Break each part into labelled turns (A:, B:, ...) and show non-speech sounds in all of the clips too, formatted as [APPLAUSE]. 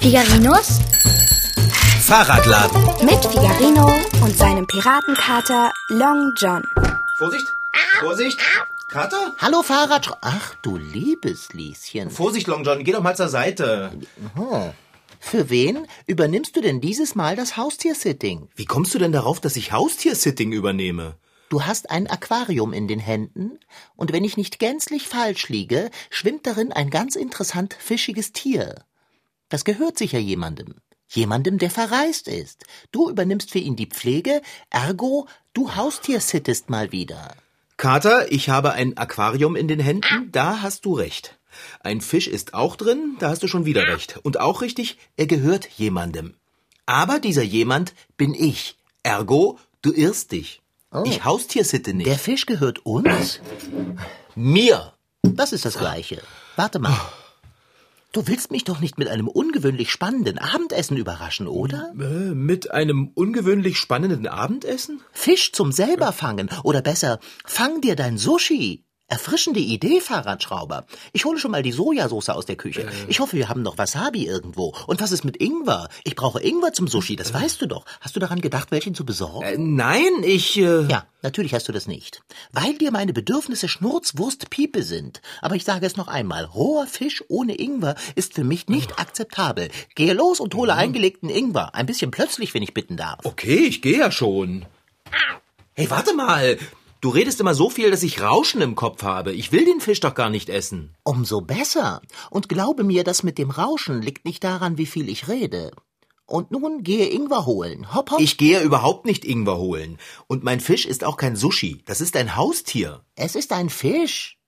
A: Figarinos
B: Fahrradladen.
C: Mit Figarino und seinem Piratenkater Long John.
B: Vorsicht! Vorsicht! Kater?
D: Hallo Fahrradschrauber. Ach du liebes Lieschen.
B: Vorsicht, Long John, geh doch mal zur Seite.
D: Für wen übernimmst du denn dieses Mal das Haustiersitting?
B: Wie kommst du denn darauf, dass ich Haustier-Sitting übernehme?
D: Du hast ein Aquarium in den Händen und wenn ich nicht gänzlich falsch liege, schwimmt darin ein ganz interessant fischiges Tier. Das gehört sicher jemandem. Jemandem, der verreist ist. Du übernimmst für ihn die Pflege, ergo, du Haustiersittest mal wieder.
B: Kater, ich habe ein Aquarium in den Händen, da hast du recht. Ein Fisch ist auch drin, da hast du schon wieder recht. Und auch richtig, er gehört jemandem. Aber dieser jemand bin ich. Ergo, du irrst dich. Ich Haustiersitte nicht.
D: Der Fisch gehört uns?
B: Mir.
D: Das ist das Gleiche. Warte mal. Du willst mich doch nicht mit einem ungewöhnlich spannenden Abendessen überraschen, oder?
B: Äh, Mit einem ungewöhnlich spannenden Abendessen?
D: Fisch zum selber fangen oder besser, fang dir dein Sushi. Erfrischende Idee, Fahrradschrauber. Ich hole schon mal die Sojasauce aus der Küche. Ich hoffe, wir haben noch Wasabi irgendwo. Und was ist mit Ingwer? Ich brauche Ingwer zum Sushi, das weißt du doch. Hast du daran gedacht, welchen zu
B: Äh,
D: besorgen?
B: Nein, ich. Äh,
D: Ja, natürlich hast du das nicht. Weil dir meine Bedürfnisse Schnurzwurst Piepe sind. Aber ich sage es noch einmal, roher Fisch ohne Ingwer ist für mich nicht akzeptabel. Gehe los und hole eingelegten Ingwer. Ein bisschen plötzlich, wenn ich bitten darf.
B: Okay, ich gehe ja schon. Hey, warte mal. Du redest immer so viel, dass ich Rauschen im Kopf habe. Ich will den Fisch doch gar nicht essen.
D: Umso besser. Und glaube mir, das mit dem Rauschen liegt nicht daran, wie viel ich rede. Und nun gehe Ingwer holen. Hopp, hopp.
B: Ich gehe überhaupt nicht Ingwer holen. Und mein Fisch ist auch kein Sushi. Das ist ein Haustier.
D: Es ist ein Fisch.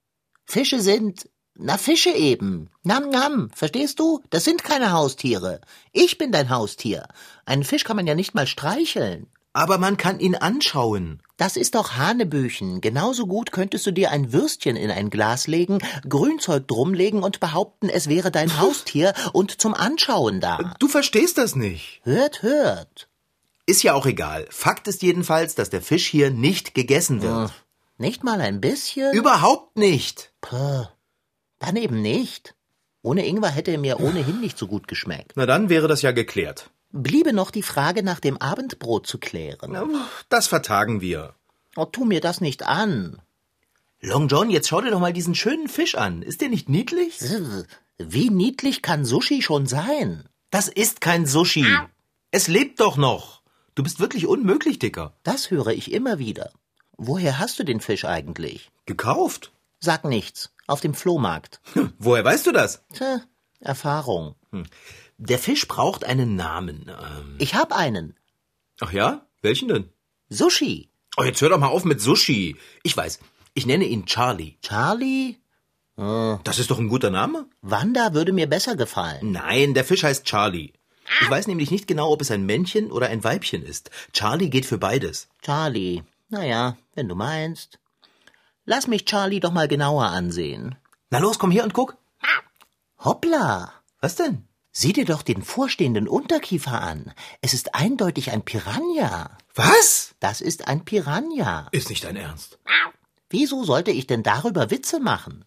D: Fische sind, na Fische eben. Nam nam, verstehst du? Das sind keine Haustiere. Ich bin dein Haustier. Einen Fisch kann man ja nicht mal streicheln.
B: Aber man kann ihn anschauen.
D: Das ist doch Hanebüchen. Genauso gut könntest du dir ein Würstchen in ein Glas legen, Grünzeug drumlegen und behaupten, es
B: [LAUGHS]
D: wäre dein Haustier und zum Anschauen da.
B: Du verstehst das nicht.
D: Hört, hört.
B: Ist ja auch egal. Fakt ist jedenfalls, dass der Fisch hier nicht gegessen wird.
D: Nicht mal ein bisschen?
B: Überhaupt nicht.
D: Puh. Dann eben nicht. Ohne Ingwer hätte er mir ohnehin nicht so gut geschmeckt.
B: Na dann wäre das ja geklärt.
D: Bliebe noch die Frage nach dem Abendbrot zu klären.
B: Das vertagen wir.
D: Oh, tu mir das nicht an.
B: Long John, jetzt schau dir doch mal diesen schönen Fisch an. Ist der nicht niedlich?
D: Wie niedlich kann Sushi schon sein?
B: Das ist kein Sushi. Es lebt doch noch. Du bist wirklich unmöglich, Dicker.
D: Das höre ich immer wieder. Woher hast du den Fisch eigentlich?
B: Gekauft.
D: Sag nichts. Auf dem Flohmarkt.
B: Woher weißt du das?
D: Tja, Erfahrung. Hm.
B: Der Fisch braucht einen Namen. Ähm,
D: Ich hab einen.
B: Ach ja? Welchen denn?
D: Sushi.
B: Oh, jetzt hör doch mal auf mit Sushi. Ich weiß. Ich nenne ihn Charlie.
D: Charlie?
B: Das ist doch ein guter Name?
D: Wanda würde mir besser gefallen.
B: Nein, der Fisch heißt Charlie. Ich weiß nämlich nicht genau, ob es ein Männchen oder ein Weibchen ist. Charlie geht für beides.
D: Charlie. Naja, wenn du meinst. Lass mich Charlie doch mal genauer ansehen.
B: Na los, komm her und guck.
D: Hoppla.
B: Was denn?
D: Sieh dir doch den vorstehenden Unterkiefer an. Es ist eindeutig ein Piranha.
B: Was?
D: Das ist ein Piranha.
B: Ist nicht dein Ernst.
D: Wieso sollte ich denn darüber Witze machen?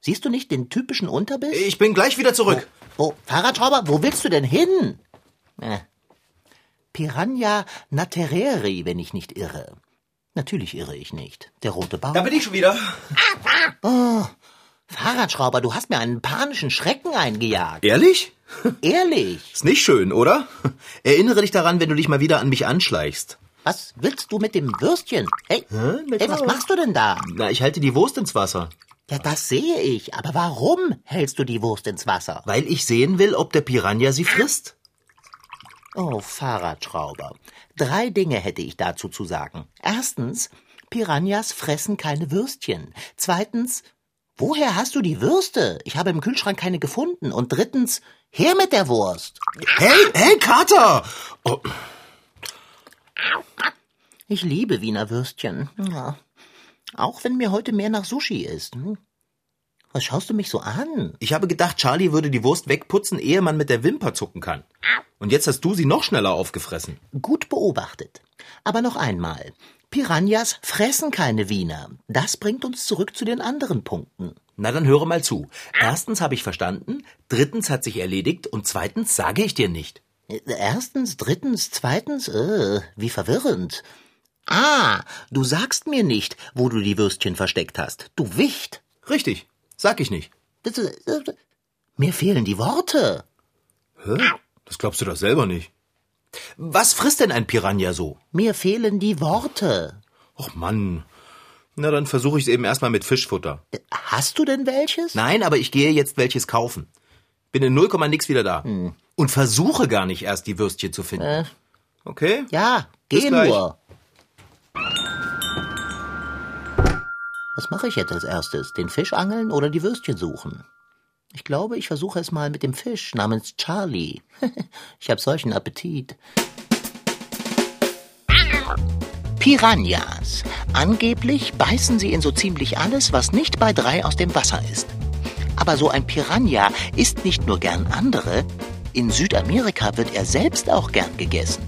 D: Siehst du nicht den typischen Unterbiss?
B: Ich bin gleich wieder zurück.
D: Wo, Fahrradschrauber, wo willst du denn hin? Äh. Piranha natereri, wenn ich nicht irre. Natürlich irre ich nicht. Der rote Bauch.
B: Da bin ich schon wieder.
D: Fahrradschrauber, du hast mir einen panischen Schrecken eingejagt.
B: Ehrlich?
D: Ehrlich.
B: Ist nicht schön, oder? [LAUGHS] Erinnere dich daran, wenn du dich mal wieder an mich anschleichst.
D: Was willst du mit dem Würstchen? Hey,
B: na
D: hey was
B: klar.
D: machst du denn da?
B: Na, ich halte die Wurst ins Wasser,
D: Ja, das sehe ich. Aber warum hältst du die Wurst ins Wasser?
B: weil ich sehen will, ob der Piranha sie frisst.
D: Oh, Fahrradschrauber. Drei Dinge hätte ich dazu zu sagen. Erstens, Piranhas fressen keine Würstchen. Zweitens, woher hast du die Würste? Ich habe im Kühlschrank keine gefunden. Und drittens, her mit der Wurst.
B: Hey, hey, Kater! Oh,
D: Ich liebe Wiener Würstchen. Ja. Auch wenn mir heute mehr nach Sushi ist. Hm? Was schaust du mich so an?
B: ich habe gedacht, Charlie würde die Wurst wegputzen, ehe man mit der Wimper zucken kann. Und jetzt hast du sie noch schneller aufgefressen.
D: Gut beobachtet. Aber noch einmal. Piranhas fressen keine Wiener. Das bringt uns zurück zu den anderen Punkten.
B: Na dann höre mal zu. Erstens habe ich verstanden, drittens hat sich erledigt und zweitens sage ich dir nicht.
D: äh, Erstens, drittens, zweitens, äh, wie verwirrend. Ah, du sagst mir nicht, wo du die Würstchen versteckt hast. Du Wicht.
B: Richtig, sag ich nicht.
D: Das, äh, äh, Mir fehlen die Worte.
B: Hä? Das glaubst du doch selber nicht. Was frisst denn ein Piranha so?
D: Mir fehlen die Worte.
B: Och Mann. Na dann versuche ich es eben erstmal mit Fischfutter.
D: Äh, Hast du denn welches?
B: Nein, aber ich gehe jetzt welches kaufen. Bin in 0, nix wieder da. Und versuche gar nicht erst die Würstchen zu finden. Okay?
D: Ja,
B: Bis
D: geh
B: gleich.
D: nur. Was mache ich jetzt als erstes? Den Fisch angeln oder die Würstchen suchen? Ich glaube, ich versuche es mal mit dem Fisch namens Charlie. [LAUGHS] ich habe solchen Appetit. Piranhas. Angeblich beißen sie in so ziemlich alles, was nicht bei drei aus dem Wasser ist. Aber so ein Piranha isst nicht nur gern andere, in Südamerika wird er selbst auch gern gegessen.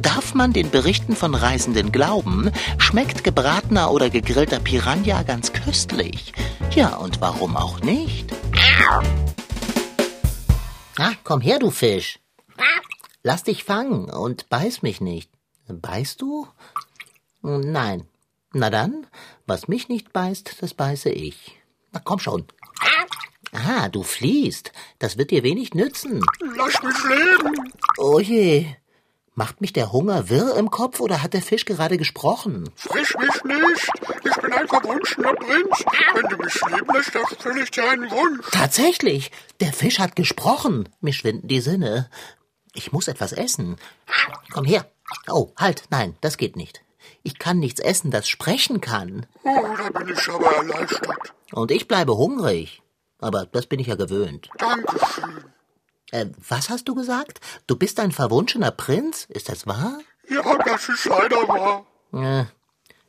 D: Darf man den Berichten von Reisenden glauben, schmeckt gebratener oder gegrillter Piranha ganz köstlich. Ja, und warum auch nicht? Na, komm her, du Fisch. Lass dich fangen und beiß mich nicht. Beißt du? Nein. Na dann, was mich nicht beißt, das beiße ich. Na komm schon. Ah, du fliehst. Das wird dir wenig nützen.
A: Lass mich leben!
D: Oh je. Macht mich der Hunger wirr im Kopf oder hat der Fisch gerade gesprochen?
A: Frisch mich nicht! Ich bin ein verwunschener Prinz! Wenn du mich leben lässt, erfülle ich dir einen Wunsch!
D: Tatsächlich, der Fisch hat gesprochen. Mir schwinden die Sinne. Ich muss etwas essen. Komm her. Oh, halt, nein, das geht nicht. Ich kann nichts essen, das sprechen kann.
A: Oh, da bin ich aber erleichtert.
D: Und ich bleibe hungrig. Aber das bin ich ja gewöhnt.
A: Dankeschön.
D: Äh, was hast du gesagt? Du bist ein verwunschener Prinz? Ist das wahr?
A: Ja, das ist leider wahr.
D: Äh,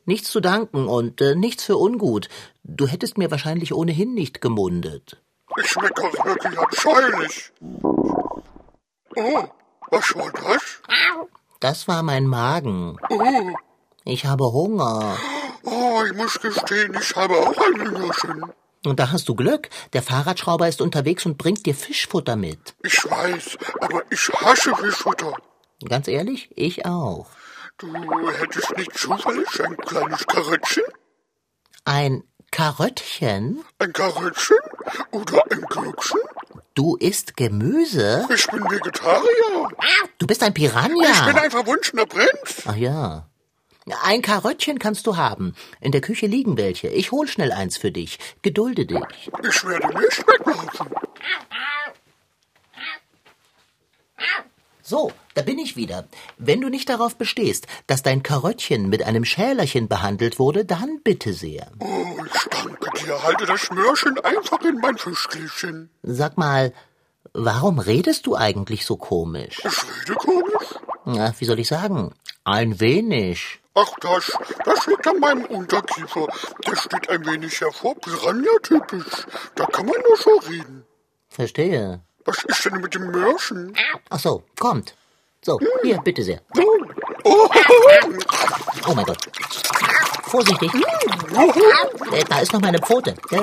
D: nichts zu danken und äh, nichts für ungut. Du hättest mir wahrscheinlich ohnehin nicht gemundet.
A: Ich schmecke wirklich abscheulich. Oh, was war das?
D: Das war mein Magen. Ich habe Hunger.
A: Oh, ich muss gestehen, ich habe auch ein Hüngerchen.
D: Und da hast du Glück. Der Fahrradschrauber ist unterwegs und bringt dir Fischfutter mit.
A: Ich weiß, aber ich hasse Fischfutter.
D: Ganz ehrlich, ich auch.
A: Du hättest nicht zufällig ein kleines Karöttchen?
D: Ein Karöttchen?
A: Ein Karöttchen? Oder ein Glöckchen?
D: Du isst Gemüse?
A: Ich bin Vegetarier.
D: Du bist ein
A: Ich bin
D: Piranha.
A: ein verwunschener Prinz.
D: Ach ja. Ein Karöttchen kannst du haben. In der Küche liegen welche. Ich hol schnell eins für dich. Gedulde dich.
A: Ich werde nicht weglaufen.
D: So, da bin ich wieder. Wenn du nicht darauf bestehst, dass dein Karöttchen mit einem Schälerchen behandelt wurde, dann bitte sehr.
A: Oh, ich danke dir. Halte das Möhrchen einfach in mein Fischgläschen.
D: Sag mal, warum redest du eigentlich so komisch?
A: Ich rede komisch.
D: Na, wie soll ich sagen? Ein wenig.
A: Ach das, das liegt an meinem Unterkiefer. Der steht ein wenig hervor, Piranha-typisch. Da kann man nur so reden.
D: Verstehe.
A: Was ist denn mit dem Möhrchen?
D: Ach so, kommt. So, hier, bitte sehr.
A: Oh,
D: Oh mein Gott. Vorsichtig. Äh, Da ist noch meine Pfote. Äh,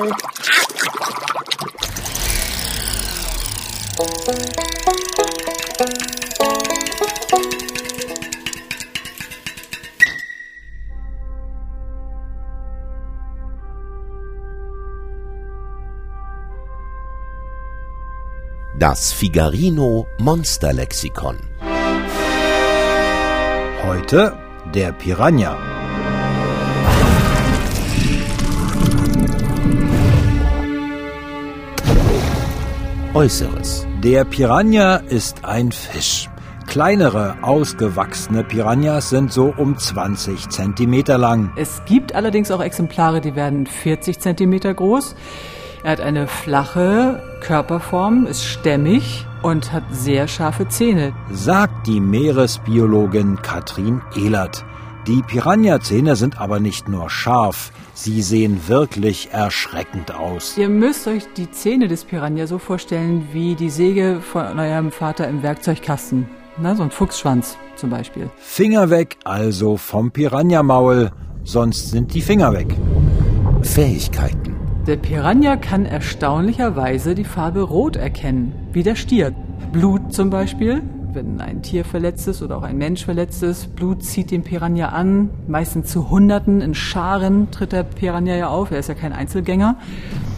E: Das Figarino Monsterlexikon.
F: Heute der Piranha.
E: Äußeres.
F: Der Piranha ist ein Fisch. Kleinere, ausgewachsene Piranhas sind so um 20 Zentimeter lang.
G: Es gibt allerdings auch Exemplare, die werden 40 Zentimeter groß. Er hat eine flache Körperform, ist stämmig und hat sehr scharfe Zähne.
F: Sagt die Meeresbiologin Katrin Ehlert. Die Piranha-Zähne sind aber nicht nur scharf, sie sehen wirklich erschreckend aus.
G: Ihr müsst euch die Zähne des Piranha so vorstellen wie die Säge von eurem Vater im Werkzeugkasten. Na, so ein Fuchsschwanz zum Beispiel.
F: Finger weg also vom Piranha-Maul, sonst sind die Finger weg.
E: Fähigkeiten.
G: Der Piranha kann erstaunlicherweise die Farbe Rot erkennen, wie der Stier. Blut zum Beispiel, wenn ein Tier verletzt ist oder auch ein Mensch verletzt ist, Blut zieht den Piranha an, meistens zu Hunderten, in Scharen tritt der Piranha ja auf, er ist ja kein Einzelgänger.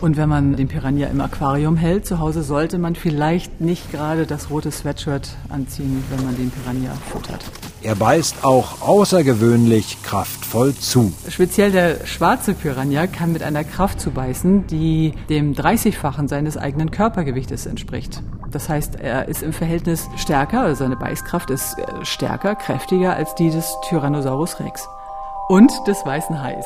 G: Und wenn man den Piranha im Aquarium hält, zu Hause sollte man vielleicht nicht gerade das rote Sweatshirt anziehen, wenn man den Piranha futtert.
F: Er beißt auch außergewöhnlich kraftvoll zu.
G: Speziell der schwarze Piranha kann mit einer Kraft zubeißen, die dem 30-fachen seines eigenen Körpergewichtes entspricht. Das heißt, er ist im Verhältnis stärker, also seine Beißkraft ist äh, stärker, kräftiger als die des Tyrannosaurus Rex und des weißen Hais.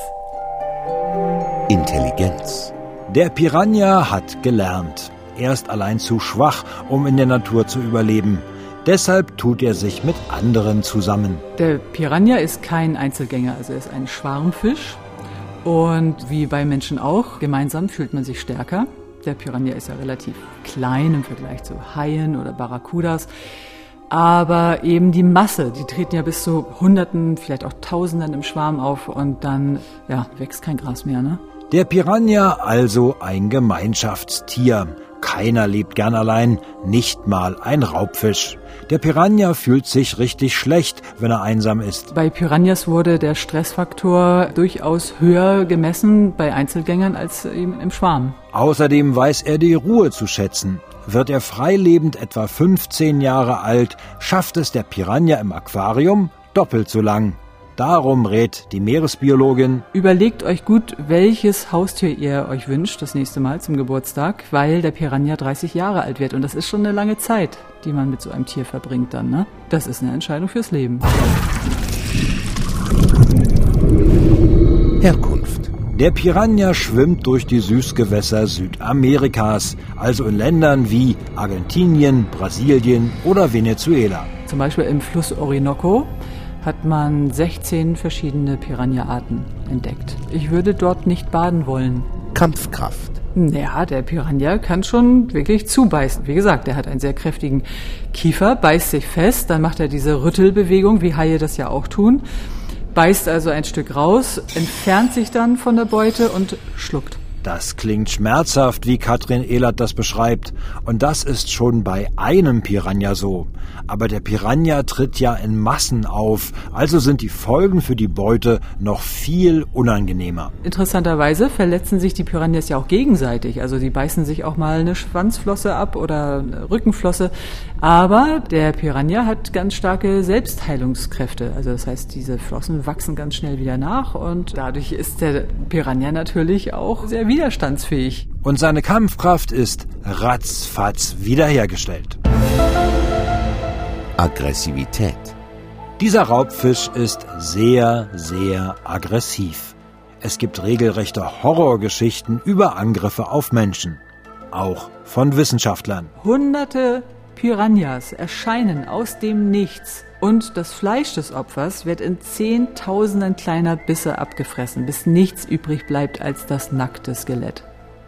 E: Intelligenz.
F: Der Piranha hat gelernt. Er ist allein zu schwach, um in der Natur zu überleben. Deshalb tut er sich mit anderen zusammen.
G: Der Piranha ist kein Einzelgänger, also er ist ein Schwarmfisch. Und wie bei Menschen auch, gemeinsam fühlt man sich stärker. Der Piranha ist ja relativ klein im Vergleich zu Haien oder Barracudas. Aber eben die Masse, die treten ja bis zu Hunderten, vielleicht auch Tausenden im Schwarm auf und dann ja, wächst kein Gras mehr. Ne?
F: Der Piranha also ein Gemeinschaftstier. Keiner lebt gern allein, nicht mal ein Raubfisch. Der Piranha fühlt sich richtig schlecht, wenn er einsam ist.
G: Bei Piranhas wurde der Stressfaktor durchaus höher gemessen bei Einzelgängern als eben im Schwarm.
F: Außerdem weiß er die Ruhe zu schätzen. Wird er freilebend etwa 15 Jahre alt, schafft es der Piranha im Aquarium doppelt so lang. Darum rät die Meeresbiologin
G: Überlegt euch gut, welches Haustier ihr euch wünscht das nächste Mal zum Geburtstag, weil der Piranha 30 Jahre alt wird. Und das ist schon eine lange Zeit, die man mit so einem Tier verbringt dann. Ne? Das ist eine Entscheidung fürs Leben.
E: Herkunft.
F: Der Piranha schwimmt durch die Süßgewässer Südamerikas, also in Ländern wie Argentinien, Brasilien oder Venezuela.
G: Zum Beispiel im Fluss Orinoco hat man 16 verschiedene Piranha-Arten entdeckt. Ich würde dort nicht baden wollen.
E: Kampfkraft.
G: Ja, der Piranha kann schon wirklich zubeißen. Wie gesagt, er hat einen sehr kräftigen Kiefer, beißt sich fest, dann macht er diese Rüttelbewegung, wie Haie das ja auch tun, beißt also ein Stück raus, entfernt sich dann von der Beute und schluckt.
F: Das klingt schmerzhaft, wie Katrin Ehlert das beschreibt. Und das ist schon bei einem Piranha so. Aber der Piranha tritt ja in Massen auf, also sind die Folgen für die Beute noch viel unangenehmer.
G: Interessanterweise verletzen sich die Piranhas ja auch gegenseitig. Also die beißen sich auch mal eine Schwanzflosse ab oder eine Rückenflosse. Aber der Piranha hat ganz starke Selbstheilungskräfte. Also das heißt, diese Flossen wachsen ganz schnell wieder nach und dadurch ist der Piranha natürlich auch sehr widerstandsfähig.
F: Und seine Kampfkraft ist ratzfatz wiederhergestellt.
E: Aggressivität.
F: Dieser Raubfisch ist sehr, sehr aggressiv. Es gibt regelrechte Horrorgeschichten über Angriffe auf Menschen. Auch von Wissenschaftlern.
G: Hunderte Piranhas erscheinen aus dem Nichts und das Fleisch des Opfers wird in Zehntausenden kleiner Bisse abgefressen, bis nichts übrig bleibt als das nackte Skelett.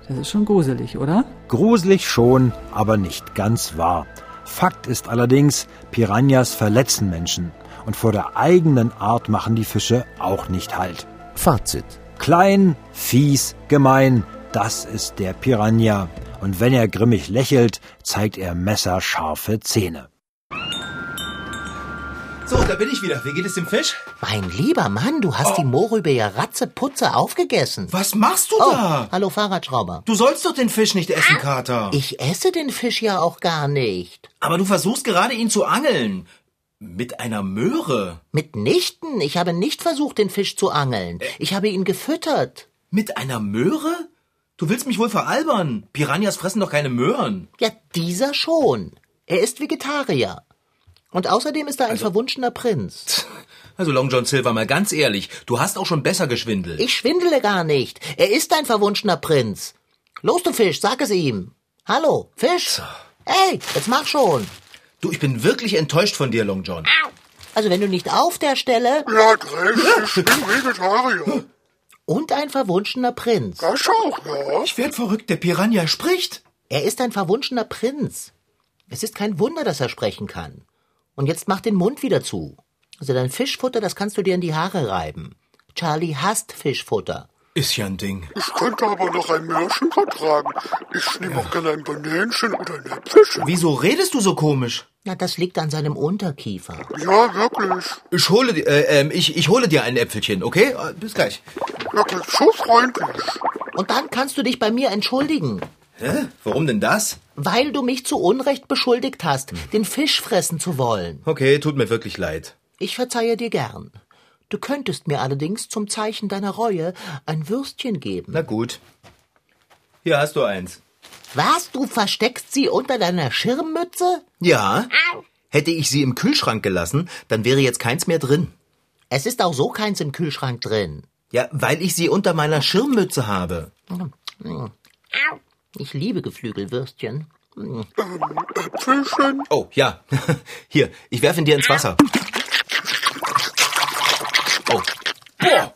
G: Das ist schon gruselig, oder?
F: Gruselig schon, aber nicht ganz wahr. Fakt ist allerdings, Piranhas verletzen Menschen. Und vor der eigenen Art machen die Fische auch nicht halt.
E: Fazit.
F: Klein, fies, gemein, das ist der Piranha. Und wenn er grimmig lächelt, zeigt er messerscharfe Zähne.
B: So, da bin ich wieder. Wie geht es dem Fisch?
D: Mein lieber Mann, du hast die Moorrübe ja ratzeputze aufgegessen.
B: Was machst du
D: Oh,
B: da?
D: hallo Fahrradschrauber.
B: Du sollst doch den Fisch nicht essen, Kater.
D: Ich esse den Fisch ja auch gar nicht.
B: Aber du versuchst gerade, ihn zu angeln. Mit einer Möhre.
D: Mitnichten. Ich habe nicht versucht, den Fisch zu angeln. Ich habe ihn gefüttert.
B: Mit einer Möhre? Du willst mich wohl veralbern. Piranhas fressen doch keine Möhren.
D: Ja, dieser schon. Er ist Vegetarier. Und außerdem ist er ein verwunschener Prinz.
B: Also Long John Silver, mal ganz ehrlich, du hast auch schon besser geschwindelt.
D: Ich schwindele gar nicht. Er ist ein verwunschener Prinz. Los, du Fisch, sag es ihm. Hallo, Fisch. Ey, jetzt mach schon.
B: du, ich bin wirklich enttäuscht von dir, Long John.
D: Also wenn du nicht auf der Stelle
A: Ja, hat recht, ich bin Vegetarier.
D: und ein verwunschener Prinz.
A: Das auch, ja.
B: Ich werd verrückt, der Piranha spricht.
D: Er ist ein verwunschener Prinz. Es ist kein Wunder, dass er sprechen kann. Und jetzt mach den Mund wieder zu. Also dein Fischfutter, das kannst du dir in die Haare reiben. Charlie hasst Fischfutter.
B: Ist ja ein Ding.
A: Ich könnte aber noch ein Mörchen vertragen. Ich nehme auch gerne ein Bananchen oder ein Äpfelchen.
B: Wieso redest du so komisch?
D: Na, das liegt an seinem Unterkiefer.
A: Ja, wirklich.
B: Ich hole, dir- äh, ähm, ich, ich hole dir ein Äpfelchen, okay? Äh, Bis gleich.
A: Wirklich so freundlich.
D: Und dann kannst du dich bei mir entschuldigen,
B: Hä? Warum denn das?
D: weil du mich zu Unrecht beschuldigt hast, den Fisch fressen zu wollen.
B: Okay, tut mir wirklich leid.
D: Ich verzeihe dir gern. Du könntest mir allerdings zum Zeichen deiner Reue ein Würstchen geben.
B: Na gut. Hier hast du eins.
D: Was? Du versteckst sie unter deiner Schirmmütze?
B: Ja. Hätte ich sie im Kühlschrank gelassen, dann wäre jetzt keins mehr drin.
D: Es ist auch so keins im Kühlschrank drin.
B: Ja, weil ich sie unter meiner Schirmmütze habe.
D: Ich liebe Geflügelwürstchen.
A: Ähm, Äpfelchen?
B: Oh, ja. [LAUGHS] Hier, ich werfe ihn dir ins Wasser. Oh. Boah.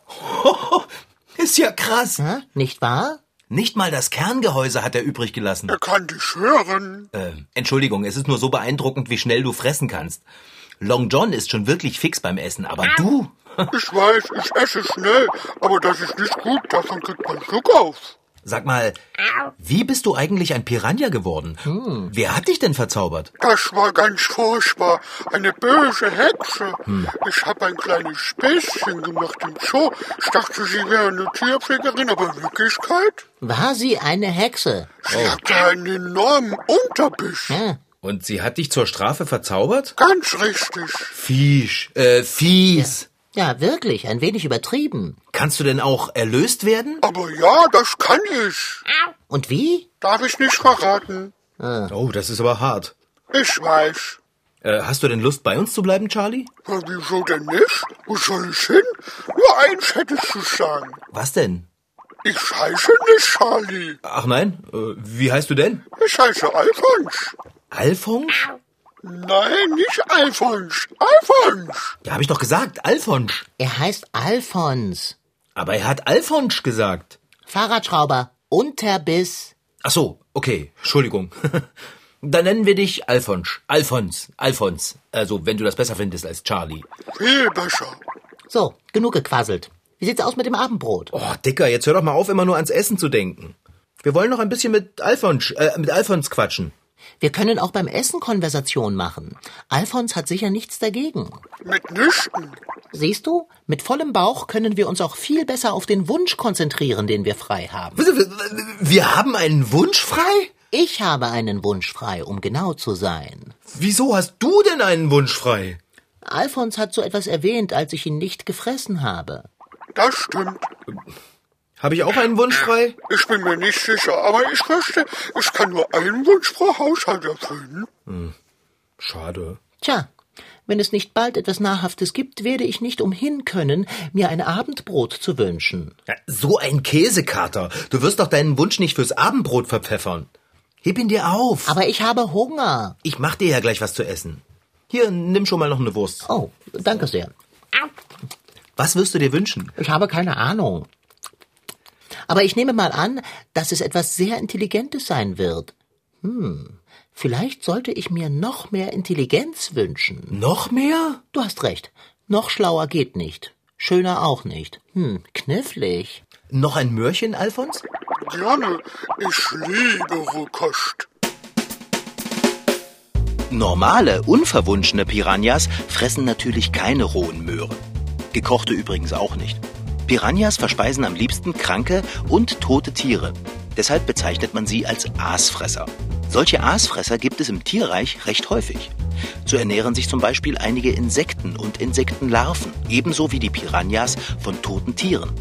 B: [LAUGHS] Ist ja krass.
D: Hä? Nicht wahr?
B: Nicht mal das Kerngehäuse hat er übrig gelassen.
A: Er kann dich hören.
B: Ähm, Entschuldigung, es ist nur so beeindruckend, wie schnell du fressen kannst. Long John ist schon wirklich fix beim Essen, aber du?
A: Ich weiß, ich esse schnell, aber das ist nicht gut, davon kriegt man Zucker auf.
B: Sag mal, wie bist du eigentlich ein Piranha geworden? Wer hat dich denn verzaubert?
A: Das war ganz furchtbar. Eine böse Hexe. Ich habe ein kleines Späßchen gemacht im Zoo. Ich dachte, sie wäre eine Tierpflegerin, aber in Wirklichkeit?
D: War sie eine Hexe?
A: Sie hatte einen enormen Unterbiss.
D: Hä?
B: Und sie hat dich zur Strafe verzaubert?
A: Ganz richtig.
B: Fisch, äh, fies.
D: Ja, wirklich, ein wenig übertrieben.
B: Kannst du denn auch erlöst werden?
A: Aber ja, das kann ich.
D: Und wie?
A: Darf ich nicht verraten.
B: Oh, das ist aber hart.
A: Ich weiß.
B: Äh, hast du denn Lust, bei uns zu bleiben, Charlie?
A: Ja, wieso denn nicht? Wo soll ich hin? Nur eins hätte ich zu sagen.
B: Was denn?
A: Ich heiße nicht Charlie.
B: Ach nein, äh, wie heißt du denn?
A: Ich heiße Alphons.
B: Alfons?
A: Nein, nicht Alphons. Alphons.
B: Ja, habe ich doch gesagt, Alfons.
D: Er heißt Alfons.
B: Aber er hat Alfons gesagt.
D: Fahrradschrauber. Unterbiss.
B: Ach so, okay, Entschuldigung. [LAUGHS] Dann nennen wir dich Alfons. Alfons, Alfons. Also, wenn du das besser findest als Charlie.
A: Viel besser.
D: So, genug gequasselt. Wie sieht's aus mit dem Abendbrot?
B: Oh, Dicker, jetzt hör doch mal auf, immer nur ans Essen zu denken. Wir wollen noch ein bisschen mit Alfons, äh, mit Alfons quatschen.
D: Wir können auch beim Essen Konversation machen. Alfons hat sicher nichts dagegen.
A: Mitnichten.
D: Siehst du, mit vollem Bauch können wir uns auch viel besser auf den Wunsch konzentrieren, den wir frei haben.
B: Wir haben einen Wunsch frei?
D: Ich habe einen Wunsch frei, um genau zu sein.
B: Wieso hast du denn einen Wunsch frei?
D: Alfons hat so etwas erwähnt, als ich ihn nicht gefressen habe.
A: Das stimmt.
B: Habe ich auch einen Wunsch frei?
A: Ich bin mir nicht sicher, aber ich möchte, ich kann nur einen Wunsch pro Haushalt erfüllen.
B: Schade.
D: Tja, wenn es nicht bald etwas Nahrhaftes gibt, werde ich nicht umhin können, mir ein Abendbrot zu wünschen.
B: Ja, so ein Käsekater. Du wirst doch deinen Wunsch nicht fürs Abendbrot verpfeffern. Heb ihn dir auf.
D: Aber ich habe Hunger.
B: Ich mach dir ja gleich was zu essen. Hier, nimm schon mal noch eine Wurst.
D: Oh, danke sehr.
B: Was wirst du dir wünschen?
D: Ich habe keine Ahnung. Aber ich nehme mal an, dass es etwas sehr Intelligentes sein wird. Hm, vielleicht sollte ich mir noch mehr Intelligenz wünschen.
B: Noch mehr?
D: Du hast recht. Noch schlauer geht nicht. Schöner auch nicht. Hm, knifflig.
B: Noch ein Möhrchen, Alfons?
A: Gerne. Ich liebe Rohkost.
B: Normale, unverwunschene Piranhas fressen natürlich keine rohen Möhren. Gekochte übrigens auch nicht. Piranhas verspeisen am liebsten kranke und tote Tiere. Deshalb bezeichnet man sie als Aasfresser. Solche Aasfresser gibt es im Tierreich recht häufig. So ernähren sich zum Beispiel einige Insekten und Insektenlarven, ebenso wie die Piranhas von toten Tieren.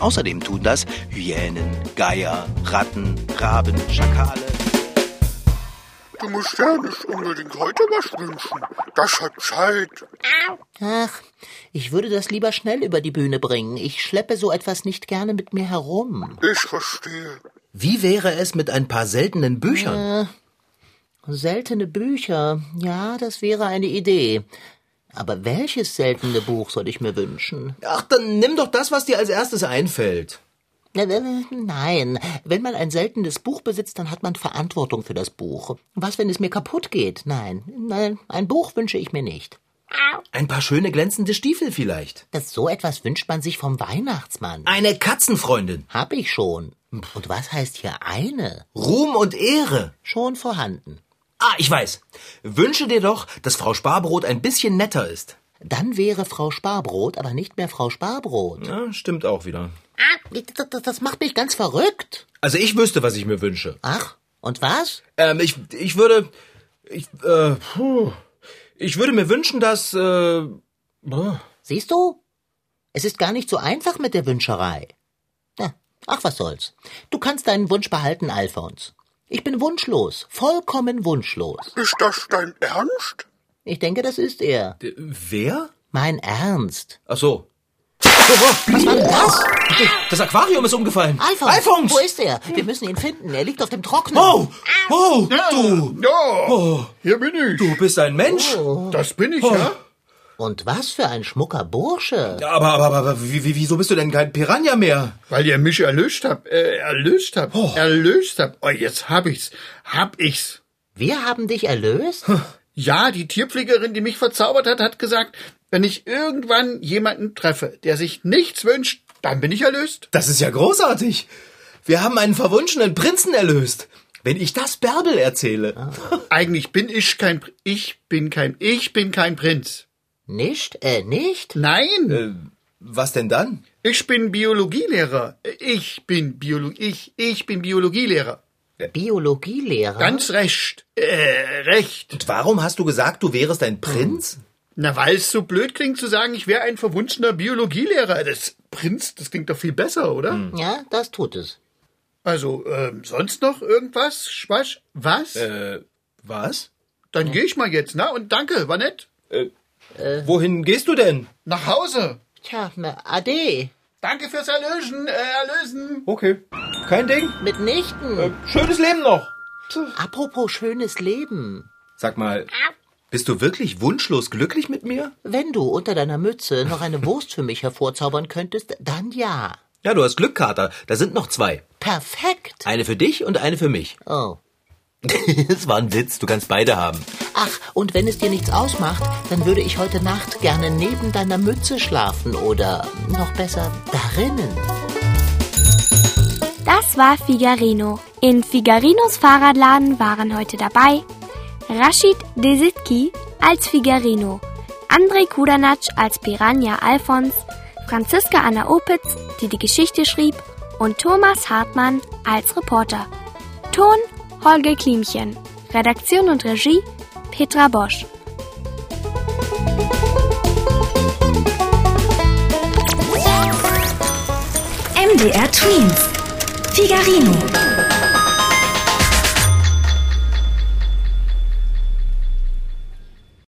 B: Außerdem tun das Hyänen, Geier, Ratten, Raben, Schakale.
A: Du musst ja nicht unbedingt heute was wünschen. Das hat Zeit.
D: Ach, ich würde das lieber schnell über die Bühne bringen. Ich schleppe so etwas nicht gerne mit mir herum.
A: Ich verstehe.
B: Wie wäre es mit ein paar seltenen Büchern?
D: Seltene Bücher. Ja, das wäre eine Idee. Aber welches seltene Buch soll ich mir wünschen?
B: Ach, dann nimm doch das, was dir als erstes einfällt.
D: Äh, äh, Nein, wenn man ein seltenes Buch besitzt, dann hat man Verantwortung für das Buch. Was, wenn es mir kaputt geht? Nein, nein, ein Buch wünsche ich mir nicht.
B: Ein paar schöne glänzende Stiefel vielleicht.
D: Das so etwas wünscht man sich vom Weihnachtsmann.
B: Eine Katzenfreundin.
D: Hab ich schon. Und was heißt hier eine?
B: Ruhm und Ehre.
D: Schon vorhanden.
B: Ah, ich weiß. Wünsche dir doch, dass Frau Sparbrot ein bisschen netter ist.
D: Dann wäre Frau Sparbrot aber nicht mehr Frau Sparbrot.
B: Ja, stimmt auch wieder.
D: Ah, das, das, das macht mich ganz verrückt.
B: Also ich wüsste, was ich mir wünsche.
D: Ach, und was?
B: Ähm, ich, ich würde. Ich, äh, puh, ich würde mir wünschen, dass. Äh, boah.
D: Siehst du? Es ist gar nicht so einfach mit der Wünscherei. Na, ach, was soll's. Du kannst deinen Wunsch behalten, Alfons. Ich bin wunschlos, vollkommen wunschlos.
A: Ist das dein Ernst?
D: Ich denke, das ist er.
B: D- wer?
D: Mein Ernst.
B: Ach so.
D: Was war denn das?
B: Das Aquarium ist umgefallen.
D: Alfons,
B: Alfons!
D: wo ist Ah. er? Wir müssen ihn finden. Er liegt auf dem Trocknen.
B: Oh! Oh! Du!
A: Ja, hier bin ich.
B: Du Oh. bist ein Mensch!
A: Das bin ich, ja?
D: Und was für ein schmucker Bursche.
B: Ja, Aber, aber, aber, aber wie, wie, wieso bist du denn kein Piranha mehr?
A: Weil ihr mich erlöst habt, äh, erlöst habt, erlöst habt. Oh, jetzt hab ich's, hab ich's.
D: Wir haben dich erlöst?
A: Ja, die Tierpflegerin, die mich verzaubert hat, hat gesagt, wenn ich irgendwann jemanden treffe, der sich nichts wünscht, dann bin ich erlöst.
B: Das ist ja großartig! Wir haben einen verwunschenen Prinzen erlöst! Wenn ich das Bärbel erzähle.
A: Eigentlich bin ich kein, Pr- ich bin kein, ich bin kein Prinz.
D: Nicht? Äh, nicht?
A: Nein,
B: Was denn dann?
A: ich bin Biologielehrer. Ich bin Biolo, ich, ich bin Biologielehrer.
D: Biologielehrer?
A: Ganz recht, äh, recht.
B: Und warum hast du gesagt, du wärest ein Prinz?
A: Na, weil es so blöd klingt zu sagen, ich wäre ein verwunschener Biologielehrer. Das Prinz, das klingt doch viel besser, oder?
D: Ja, das tut es.
A: Also, ähm, sonst noch irgendwas? Schwasch? Was?
B: Äh, Hm. Was?
A: Dann geh ich mal jetzt, na? Und danke, war nett.
B: Äh. Wohin gehst du denn?
A: Nach Hause.
D: Tja, na, ade.
A: Danke fürs Erlösen, äh, Erlösen.
B: Okay. Kein Ding.
D: Mitnichten.
B: Schönes Leben noch.
D: Apropos schönes Leben.
B: Sag mal, bist du wirklich wunschlos glücklich mit mir?
D: Wenn du unter deiner Mütze noch eine Wurst für mich hervorzaubern könntest, dann ja.
B: Ja, du hast Glück, Kater. Da sind noch zwei.
D: Perfekt.
B: Eine für dich und eine für [LAUGHS] mich.
D: Oh.
B: Es war ein Witz, du kannst beide haben.
D: Ach, und wenn es dir nichts ausmacht, dann würde ich heute Nacht gerne neben deiner Mütze schlafen oder noch besser darinnen.
C: Das war Figarino. In Figarinos Fahrradladen waren heute dabei Rashid Desitki als Figarino, Andrei Kudanatsch als Piranha Alfons, Franziska Anna Opitz, die die Geschichte schrieb, und Thomas Hartmann als Reporter. Ton Holger Klimchen. Redaktion und Regie Petra Bosch.
H: MDR Twins. Figarino.